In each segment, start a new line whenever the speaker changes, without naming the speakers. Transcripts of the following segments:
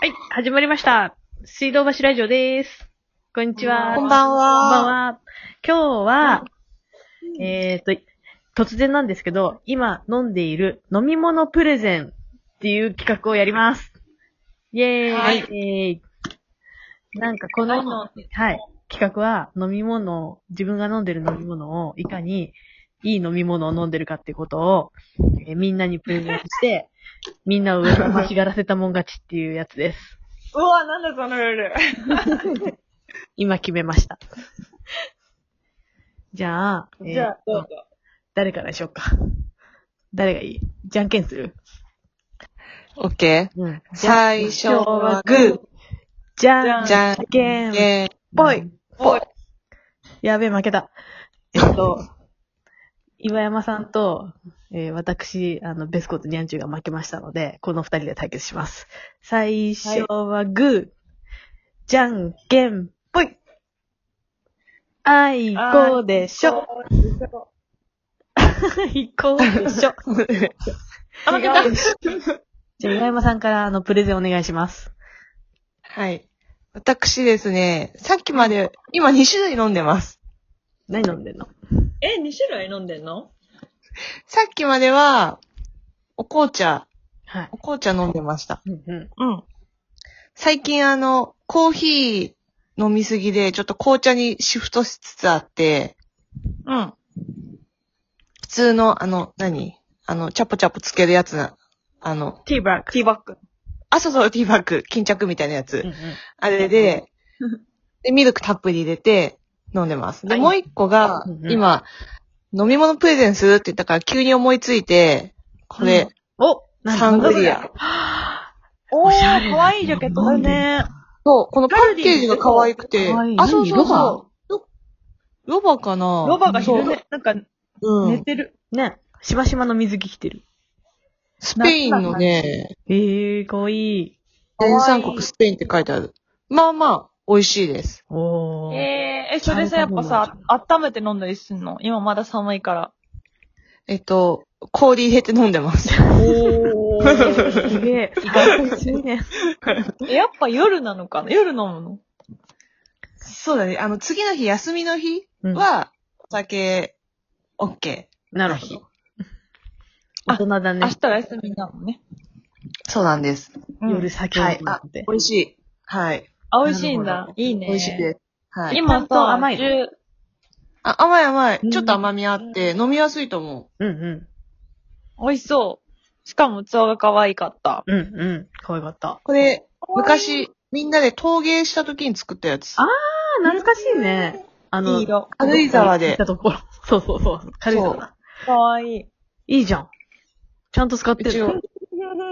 はい、始まりました。水道橋ラジオです。こんにちは。
こんば
こん
んは
ばんは。今日は、えーと、突然なんですけど、今飲んでいる飲み物プレゼンっていう企画をやります。イェーイ。
はい
えーなんかこの、はい、企画は飲み物を、自分が飲んでる飲み物をいかにいい飲み物を飲んでるかっていうことを、えーみんなにプレゼントして、みんなを上がましがらせたもん勝ちっていうやつです。
うわ、なんだそのルール。
今決めました。 じゃあ、えー
じゃあ、どうぞ。
誰からしようか。誰がいいじゃんけんする
オッケ
うん。
ー。最初はグー、
じゃん
じゃん
けんぽい。
けん、
ぽ
う
い
ぽ
ん。
い。
やべえ、負けた。えっと、岩山さんと、えー私、あの、ベスコとニャンチュが負けましたので、この二人で対決します。最初はグー、じゃんけんぽい。あいこでしょ。あいこで しょ。
あ、負けた。
じゃあ、岩山さんから、あの、プレゼンお願いします。
はい。私ですね、さっきまで、今2種類飲んでます。
何飲んでんの
え、2種類飲んでんの
さっきまでは、お紅茶、
はい
お。紅茶飲んでました。
うんうん。
うん。最近あの、コーヒー飲みすぎで、ちょっと紅茶にシフトしつつあって、うん。普通の、あの、何あの、チャポチャポつけるやつな、あの、
ティーバック。
ティーバッグ。
あ、そうそう、ティーバッグ、巾着みたいなやつ。
うんうん。
あれ で、で、ミルクたっぷり入れて飲んでます。で、
はい
もう一個が
うんう、ん
今、飲み物プレゼンするって言ったから急に思いついて、これ、
お
サングリ。
なん
ア
だ。
お
おしゃれ
ー、かわいいジャケットだね。
そう、このパッケージが可愛くて
可愛い。
あ、そうそう
何
そう。ロロバかな
ロバが
そ
昼
う。
寝、なんか
う
寝
ん。
てる。
ね。しましまの水着着てる。
スペインのね、
ええー、かわいい。
原産国スペインって書いてある。まあまあ、美味しいです。
おー。
えー、え、それさ、やっぱさ、温めて飲んだりすんの今まだ寒いから。
えっと、氷入れて飲んでます。
おー。
すげえ。意外と強いね。
えやっぱ夜なのかな夜飲むの
そうだね。あの、次の日、休みの日
うん
は、お酒、オッケ
なるほど。大人だ
明
ね。
日は休みなのね。
ー。そうなんです。
うん
夜酒を飲
は
む
い。あ
って、。
美味しい。はい。
あ、美味しいんだ
なるほ。
いいね。
美味しいです。はい。
今
ちゃんと
さ、
甘いの
10
あ、甘い甘
うん
い。ちょっと甘みあって、飲みやすいと思
うんう
美味しそう。しかも器が可愛かった。
ん。うんうん。かわいかった
う。。これ、
い
昔、みんなで陶芸した時に作ったやつ。
ああ、懐かしいね。あの、
い色。
軽井沢で
行ったところ。そうそうそう。軽井
そ
沢。
かわいい。
いいじゃん。ちゃんと使って
一応
る。、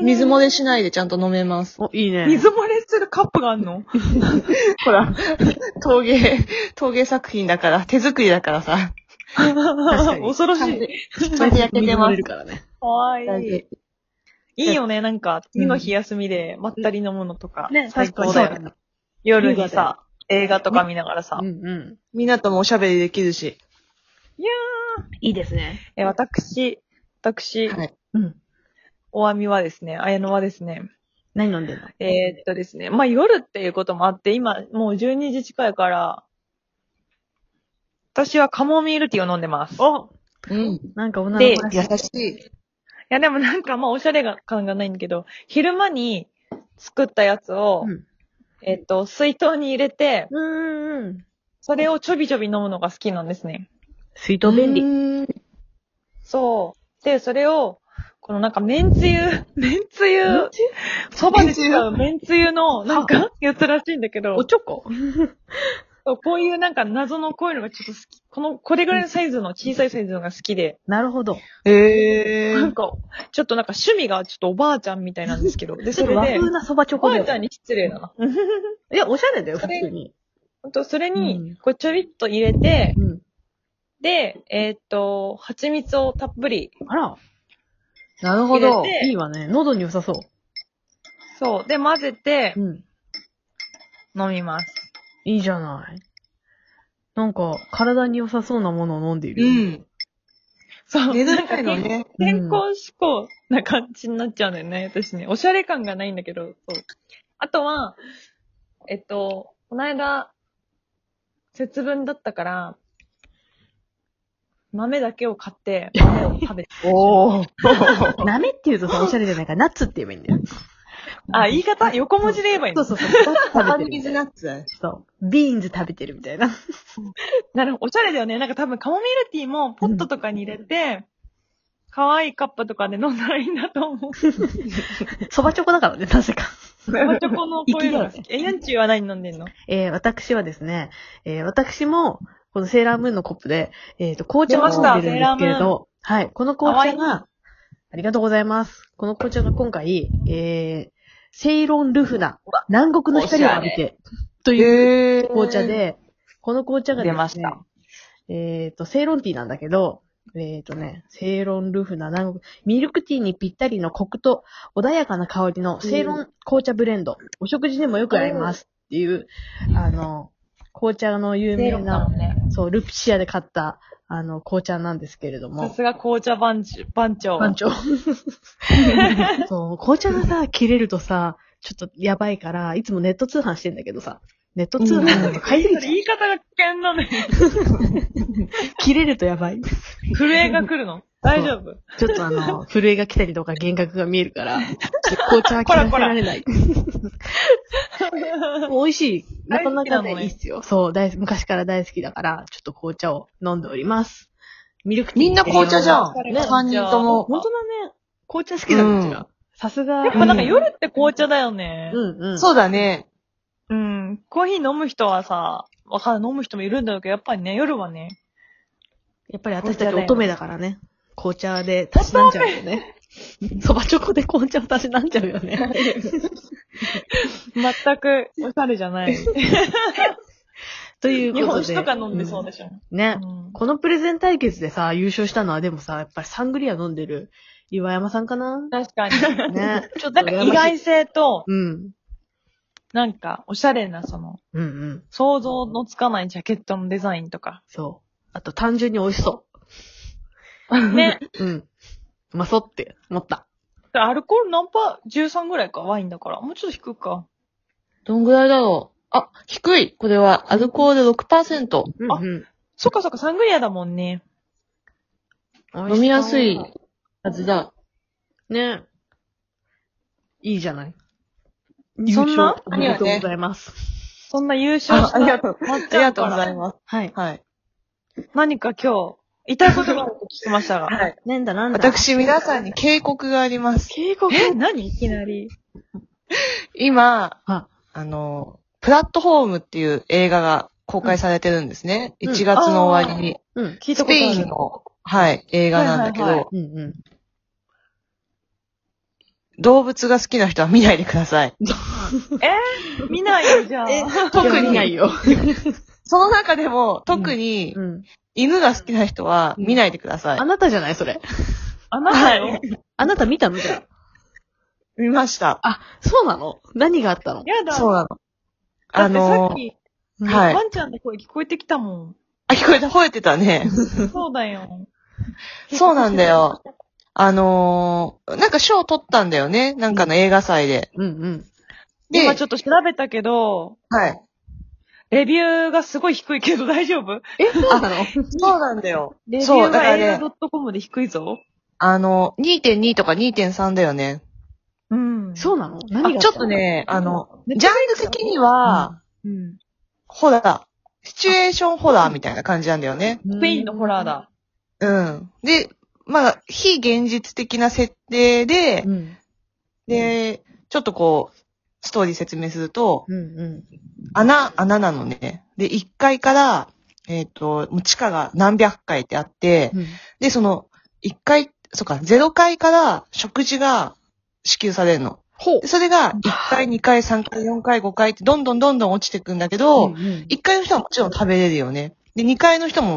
水漏れしないでちゃんと飲めます。
お、いいね。
水漏れするカップがあん の
ほら、陶芸、陶芸作品だから、手作りだからさ。
かに
恐ろし
ちゃんと
い。
ちゃんと焼けて
水漏
ま
れ
す
る。からね。
かわい
大丈夫
い。いいよね、なんか、次の日休みでまったり飲むのとか。
ね、
最
最
高
高
だ
だ
よ
よ
ね。
ね。
夜にさ、映画とか見ながらさ
う。んうん。
みんなともおしゃべりできるし。
いいですね。
え、私、私、
はい。
うん。
お網はですね、綾野はですね、
何飲んでんの
えーっとですね、まあ夜っていうこともあって、今もう12時近いから、私はカモミールティーを飲んでます。い
お
うん。
なんか女の
で
子らしい
優しい。
やでもなんかまあおしゃれが感がないんだけど、昼間に作ったやつを、
うん
えーっと、水筒に入れて、
うんうんうん。
それをちょびちょび飲むのが好きなんですね。
水筒便利。
利。
そう。で、それを、このなんか、めんつゆ、 めんつゆ、そばで使うめんつゆの、なんか、やつらしいんだけど
お、ちょこ
そうこういうなんか謎のこういうのがちょっと好き。この、これぐらいのサイズの、小さいサイズのが好きで、
なるほど。
ええ
なん
ー。
か、ちょっとなんか趣味がちょっとおばあちゃんみたいなんですけど、で、それ
和
で、
風なそばチョ
おば
コだ
あ
よ
ちゃんに失礼だな。
いや、おしゃれだよ、普
それ
通に。
ほんと、それ
う
に
ん、
こうちょびっと入れて、
うん。
で、えーっと、蜂蜜をたっぷり
あら、
なるほ
入れ
ど。
て、
いいわね。喉に良さそ
そう、で、混ぜて
う。うん。
飲みます。
いいじゃない。なんか、体に良さそうなものを飲んでいる。
う。ん。
そう、
寝
な
づ
んから
いのね。
健康志向な感じになっちゃうんだよね、私ね。おしゃれ感がないんだけど、そう。あとは、えっと、この間、節分だったから、豆だけを買 って、豆を食べて。
おー。
なめって言うとさ、おしゃれじゃないから、ナッツって言えばいいんだよ。
あ、言い方横文字で言えばいい
そ
の
うそうそう。
ハ
食べて
ンビ
る。
ズナッツ。
そう。ビーンズ食べてるみたいな。
なるほど。おしゃれだよね。なんか多分カモミールティーもポットとかに入れて、可愛いカップとかで飲んだらいいんだと 思う。
そばチョコだからね、なぜか。
マチョコのこういうのが好
生
き。え、ヤンチューは何飲んでんの
えー私はですね、えー私も、このセーラームーンのコップで、えっ、と、紅茶を
出ました
飲んでるんですけれ
セーラーム
ど、はい、この紅茶
かわ
が、ありがとうございます。この紅茶が今回、えー、セイロンルフナ、南国の光を浴びて、という
へー
紅茶。で、この紅茶がですね、
出ました
えっ、と、セイロンティーなんだけど、えっ、とね、セイロンルフナ南国、ミルクティーにぴったりのコクと穏やかな香りのセイロン紅茶ブレンド、お食事でもよく合いますっていう、あの、紅茶の有名な、
ね。
そう、ルプシアで買った、あの、紅茶なんですけれど
さ
も、
すが紅茶番長。番長。
番 長。そう、紅茶がさ、切れるとさ、ちょっとやばいから、いつもネット通販してんだけどさ、ネット通販で買いすぎ
それ
ちゃう
言い方が危険なのよ。
切れるとやばい。
震えが来るの。大丈夫。
ちょっとあ の、震えが来たりとか幻覚が見えるから、ちょっと紅茶は切らせられない。美味しい。なかなかね、
大好きなのね
いいっすよ。そう、大、昔から大好きだから、ちょっと紅茶を飲んでおります。ミルクティー。
みんな紅茶じゃん。
ね
三人とも。
本当だね。紅茶好きなんですよ。さすが。
やっぱなんか夜って紅茶だよね。
うんうん。
そうだね。
うん。コーヒー飲む人はさ、わかる、飲む人もいるんだろうけど、やっぱりね、夜はね。
やっぱり私たち乙女だからね。紅茶でたしなんじゃうよね。 そばチョコで紅茶をたしなんじゃうよね。
全く、おしゃれじゃない。
という
日
こと
本
で。
酒とか飲んでそうでしょ。
うんね。
うん
このプレゼン対決でさ、優勝したのはでもさ、やっぱりサングリア飲んでる岩山さんかな
確かに。
ね。ちょっ
なんか意外。性と、
うん。
なんか、おしゃれな、その、
うんうん。
想像のつかないジャケットのデザインとか。
そう。あと単純に美味しそ
ね。
う。うん。うまそうって思った。
アルコール何パー ?13 ぐらいか、ワインだから。もうちょっと低くか。
どんぐらいだろう。あ、低い。これは、アルコール6%。
うんうん。
そっかそっか、サングリアだもんね。
美味しそう
飲みやすいはずだ。
ね。いいじゃない。
そん
優
な
勝おめでとうございます。
そんな優勝した。
とう。
あ
ありがとうござい
ま
ます。
はい。
はい。
す。何か今日、言いたいことがあると聞きました が。
はい。
なんだなんだ。。
私、皆さんに警告があります。
警告。
え、何いきなり。
今、
あ
あの、プラットフォームっていう映画が公開されてるんですね。
うん
1月の終わりに。
うん。
聞い
ス
たこと
ペ
ある。
インの、はい、映画なんだけど、
はいはいは
うんう
動物が好きな人は見ないでください。
見ないよ、じゃあ。
ん。
特
見ない
に、
よ。
その中でも、特に、
ん。
犬が好きな人は見ないでください
あ。なたじゃないそれ。
あなたよ。
あなた見たのじゃあ
見ました。
あ、そうなの何があったの
やだ。
そうなの。
だ
あ
ってさっ
の、
き、
はい
ワンちゃんの声聞こえてきたも
あ、聞こえた、吠えてたね。
ん。そうだよ。
そうなんだよ。あのー、なんか賞取ったんだよね。なんかの映画祭で。
うんうん。
で、
今ちょっと調べたけど、
はい。
レビューがすごい低いけど大丈夫
え、そうなの
そうなんだよ。
レビュ
そう、
ー
だか
が
ら
映
ね、
画 .com で低いぞ。
あの、2.2とか2.3だよね。
うん。
そううなの
あ
何があ
ち
た
ょっと、ね、あの、
めっ
ジ
ちゃ
ャンル的には、
うん。
ホラー、シチュエーションホラーみたいな感じなんだよね。
ス
スペインのホラー。だ。
うん。で、まあ、非現実的な設定で
う、ん。
で、ちょっとこう、ストーリー説明すると、
うんうん。
穴、穴なのね。で、1階から、えっ、と、もう地下が何百階ってあって、
うん
で、その、1階、そっか、0階から食事が支給されるの。
ほう
で。それが、1回、2回、3回、4回、5回って、どんどんどんどん落ちていくんだけど、
うんうん
1回の人はもちろん食べれるよね。で、2回の人も、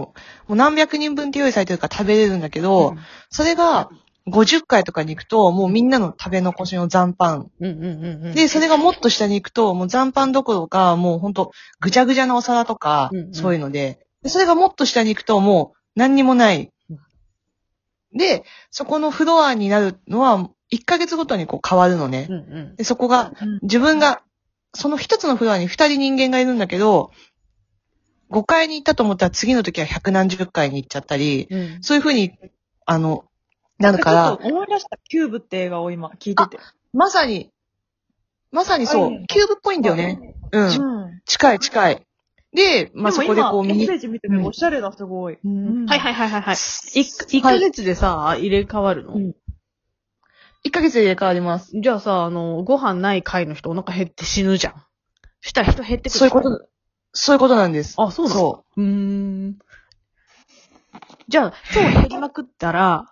もう何百人分って用意されてるから食べれるんだけど、
うん
それが、50回とかに行くと、もうみんなの食べ残しの残飯。
うんうんうんうん。
で、それがもっと下に行くと、もう残飯どころか、もうほんと、ぐちゃぐちゃなお皿とか
うんう、ん
そういうので、でそれがもっと下に行くと、もう何にもない。で、そこのフロアになるのは、1ヶ月ごとにこう変わるのね
う。んうん。
で、そこが
うん、
自分がその一つのフロアに二人人間がいるんだけど、5階に行ったと思ったら次の時は百何十階に行っちゃったり、
うん。
そういうふうに、あの、なるから、
思い出した、キューブって映画を今聞いてて。
まさに、まさ
あ
に
いい
そ
ね
う、キューブっぽいんだよね。う。
うんん。
近い近い。で、まあ、そこでこう
見
見
に。ホーム
に
ペ、ージ見てみ
う
る
ん
おしゃれだ、すごい。
うんはいはいはいはいはい。い1
は
ヶ
い
月でさ、入れ替わるの、
うん
1ヶ月で入れ替わります。
じゃあさ、あの、ご飯ない回の人お腹減って死ぬじゃん。したら人減ってくる。
そういうこと、そういうことなんです。
あ、そうなの。
そう
うーん。じゃあ、今日減りまくったら、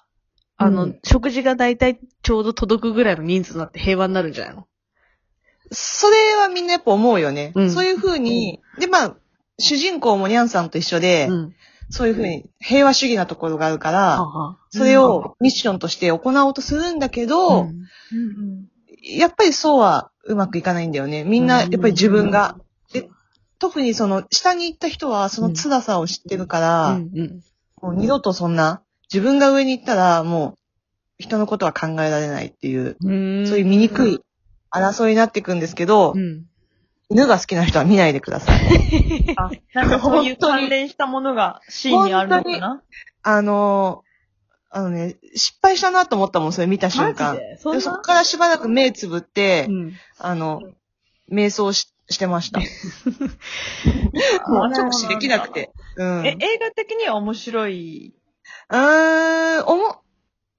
あの、
うん
食事がだいたいちょうど届くぐらいの人数になって平和になるんじゃないの
それはみんなやっぱ思うよね。
うん
そういうふうに、で、まあ、主人公もニャンさんと一緒で、
うん。
そういうふうに平和主義なところがあるから、
は
それをミッションとして行おうとするんだけ
あ
ど、
うん
うん
やっぱりそうはうまくいかないんだよね。みんな、やっぱり自分が。で、特にその、下に行った人はその辛さを知ってるから、
うんうん。
もう二度とそんな、自分が上に行ったらもう、人のことは考えられないっていう、
うーん。
そういう醜い争いになっていくんですけど、
うん。
犬が好きな人は見ないでください。
うん。あ、なんかそういう関連したものがシーンにあるのかな
あのーあのね、失敗したなと思ったもん、それ見た瞬間。
でそ
で
ん
そ
な
こからしばらく目つぶって、
うん。
あの、瞑想しして ました。もう直視できなくて。うん。
え、映画的には面白い。
うーん、おも、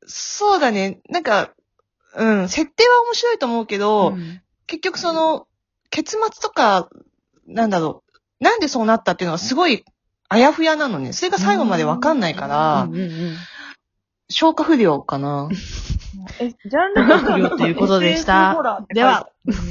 そうだね。なんか、うん、設定は面白いと思うけど、
うん
結局その、結末とか、なんだろう、なんでそうなったっていうのはすごい、あやふやなのね。それが最後までわかんないか
う
ら、
んうん
消化不良かな。
え、ジャンルが
ということでした
SF ホラーって書いてある
では